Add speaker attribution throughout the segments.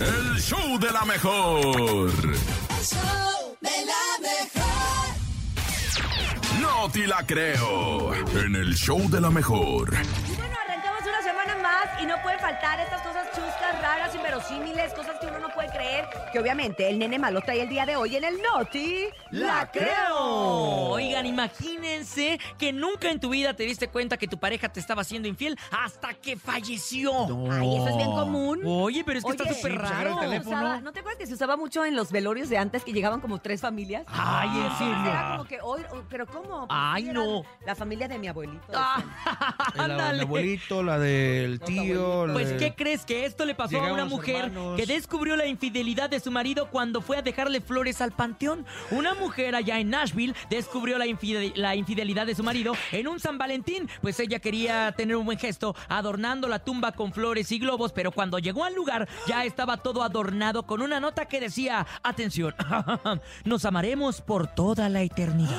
Speaker 1: El show de la mejor.
Speaker 2: show de la mejor.
Speaker 1: No te la creo. En el show de la mejor.
Speaker 3: Y bueno, arrancamos una semana más y no pueden faltar estas cosas chuscas, raras, inverosímiles, cosas que uno no puede creer. Que obviamente el nene malo trae el día de hoy en el Noti. ¡La creo!
Speaker 4: Oigan, imagínense que nunca en tu vida te diste cuenta que tu pareja te estaba siendo infiel hasta que falleció.
Speaker 3: Ay, eso es bien común.
Speaker 4: Oye, pero Oh, es que está
Speaker 3: Oye,
Speaker 4: súper
Speaker 3: sí, pues,
Speaker 4: raro.
Speaker 3: se usaba- ¿No te acuerdas que se usaba mucho en los velorios de antes que llegaban como tres familias?
Speaker 4: Ay, en
Speaker 3: Entonces Era
Speaker 4: serio.
Speaker 3: como que, hoy, hoy- ¿pero cómo? Pues,
Speaker 4: Ah. Ay,
Speaker 3: sí, era
Speaker 4: no.
Speaker 3: La familia de mi abuelito.
Speaker 4: Ah,
Speaker 5: Eh, La del
Speaker 4: ándale.
Speaker 5: abuelito, la del tío. la
Speaker 4: Pues,
Speaker 5: del-
Speaker 4: ¿qué crees que esto le pasó a
Speaker 5: Llegaban
Speaker 4: una
Speaker 5: los
Speaker 4: mujer
Speaker 5: hermanos.
Speaker 4: que descubrió la infidelidad de su marido cuando fue a dejarle flores al panteón? Una mujer allá en Nashville descubrió la, infide- la infidelidad de su marido en un San Valentín, pues ella quería tener un buen gesto adornando la tumba con flores y globos, pero cuando llegó al lugar ya estaba todo adornado con una nota que decía, atención, nos amaremos por toda la eternidad.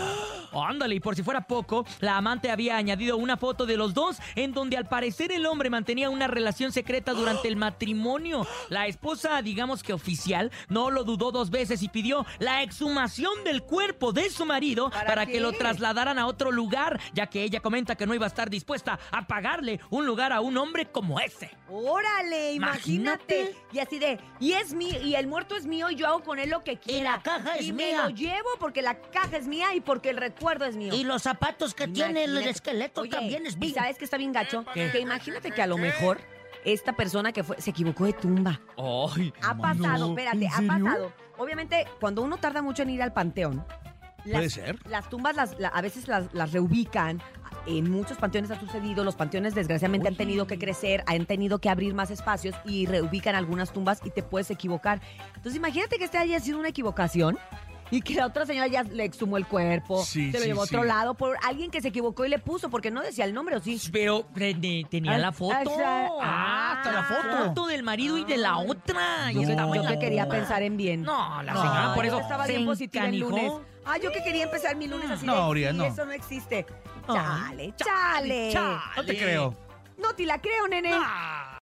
Speaker 4: Ándale, y por si fuera poco, la amante había añadido una foto de los dos en donde al parecer el hombre mantenía una relación secreta durante el matrimonio. La esposa, digamos que oficial, no lo dudó dos veces y pidió la exhumación del cuerpo de su marido
Speaker 3: ¿Para
Speaker 4: para,
Speaker 3: qué?
Speaker 4: que lo trasladaran a otro lugar, ya que ella comenta que no iba a estar dispuesta a pagarle un lugar a un hombre como ese.
Speaker 3: Órale, imagínate.
Speaker 4: Imagínate.
Speaker 3: Y así de, y es mío, y el muerto es mío y yo hago con él lo que quiera.
Speaker 4: la caja
Speaker 3: y
Speaker 4: es
Speaker 3: me
Speaker 4: mía.
Speaker 3: lo llevo porque la caja es mía y porque el recuerdo es mío.
Speaker 4: los zapatos que
Speaker 3: Imagínate. Oye, ¿y ¿Sabes que está bien gacho? Que imagínate que a lo mejor esta persona que fue se equivocó de tumba.
Speaker 4: Ay,
Speaker 3: Ha pasado, espérate,
Speaker 5: ¿en
Speaker 3: ha
Speaker 5: serio?
Speaker 3: pasado. Obviamente, cuando uno tarda mucho en ir al panteón,
Speaker 5: Puede
Speaker 3: las,
Speaker 5: ser.
Speaker 3: las tumbas las- la- a veces las, las reubican. En muchos panteones ha sucedido, los panteones desgraciadamente han tenido que crecer, han tenido que abrir más espacios y reubican algunas tumbas y te puedes equivocar. Entonces imagínate que este haya sido una equivocación y que la otra señora ya le exhumó el cuerpo,
Speaker 5: Sí,
Speaker 3: se lo
Speaker 5: sí,
Speaker 3: llevó a otro
Speaker 5: sí.
Speaker 3: lado por alguien que se equivocó y le puso, porque no decía el nombre, ¿o sí?
Speaker 4: Pero eh, eh, tenía
Speaker 3: Ah,
Speaker 4: la foto.
Speaker 3: ah,
Speaker 5: ah, hasta la foto.
Speaker 4: del marido y de la otra. Y
Speaker 5: No,
Speaker 4: estaba en
Speaker 3: Yo
Speaker 4: la
Speaker 3: que quería
Speaker 4: tumba.
Speaker 3: pensar en bien.
Speaker 4: No, la
Speaker 5: No,
Speaker 4: señora por
Speaker 3: yo
Speaker 4: eso
Speaker 3: estaba
Speaker 4: se
Speaker 3: bien positiva el
Speaker 4: encanijó.
Speaker 3: lunes. Ah, yo que quería empezar mi lunes así
Speaker 5: No,
Speaker 3: de,
Speaker 5: Aurea,
Speaker 3: sí,
Speaker 5: no.
Speaker 3: eso no existe.
Speaker 4: Ay,
Speaker 3: Chale, chale.
Speaker 4: chale.
Speaker 5: No te creo.
Speaker 3: No te la creo, nene.
Speaker 4: Ah.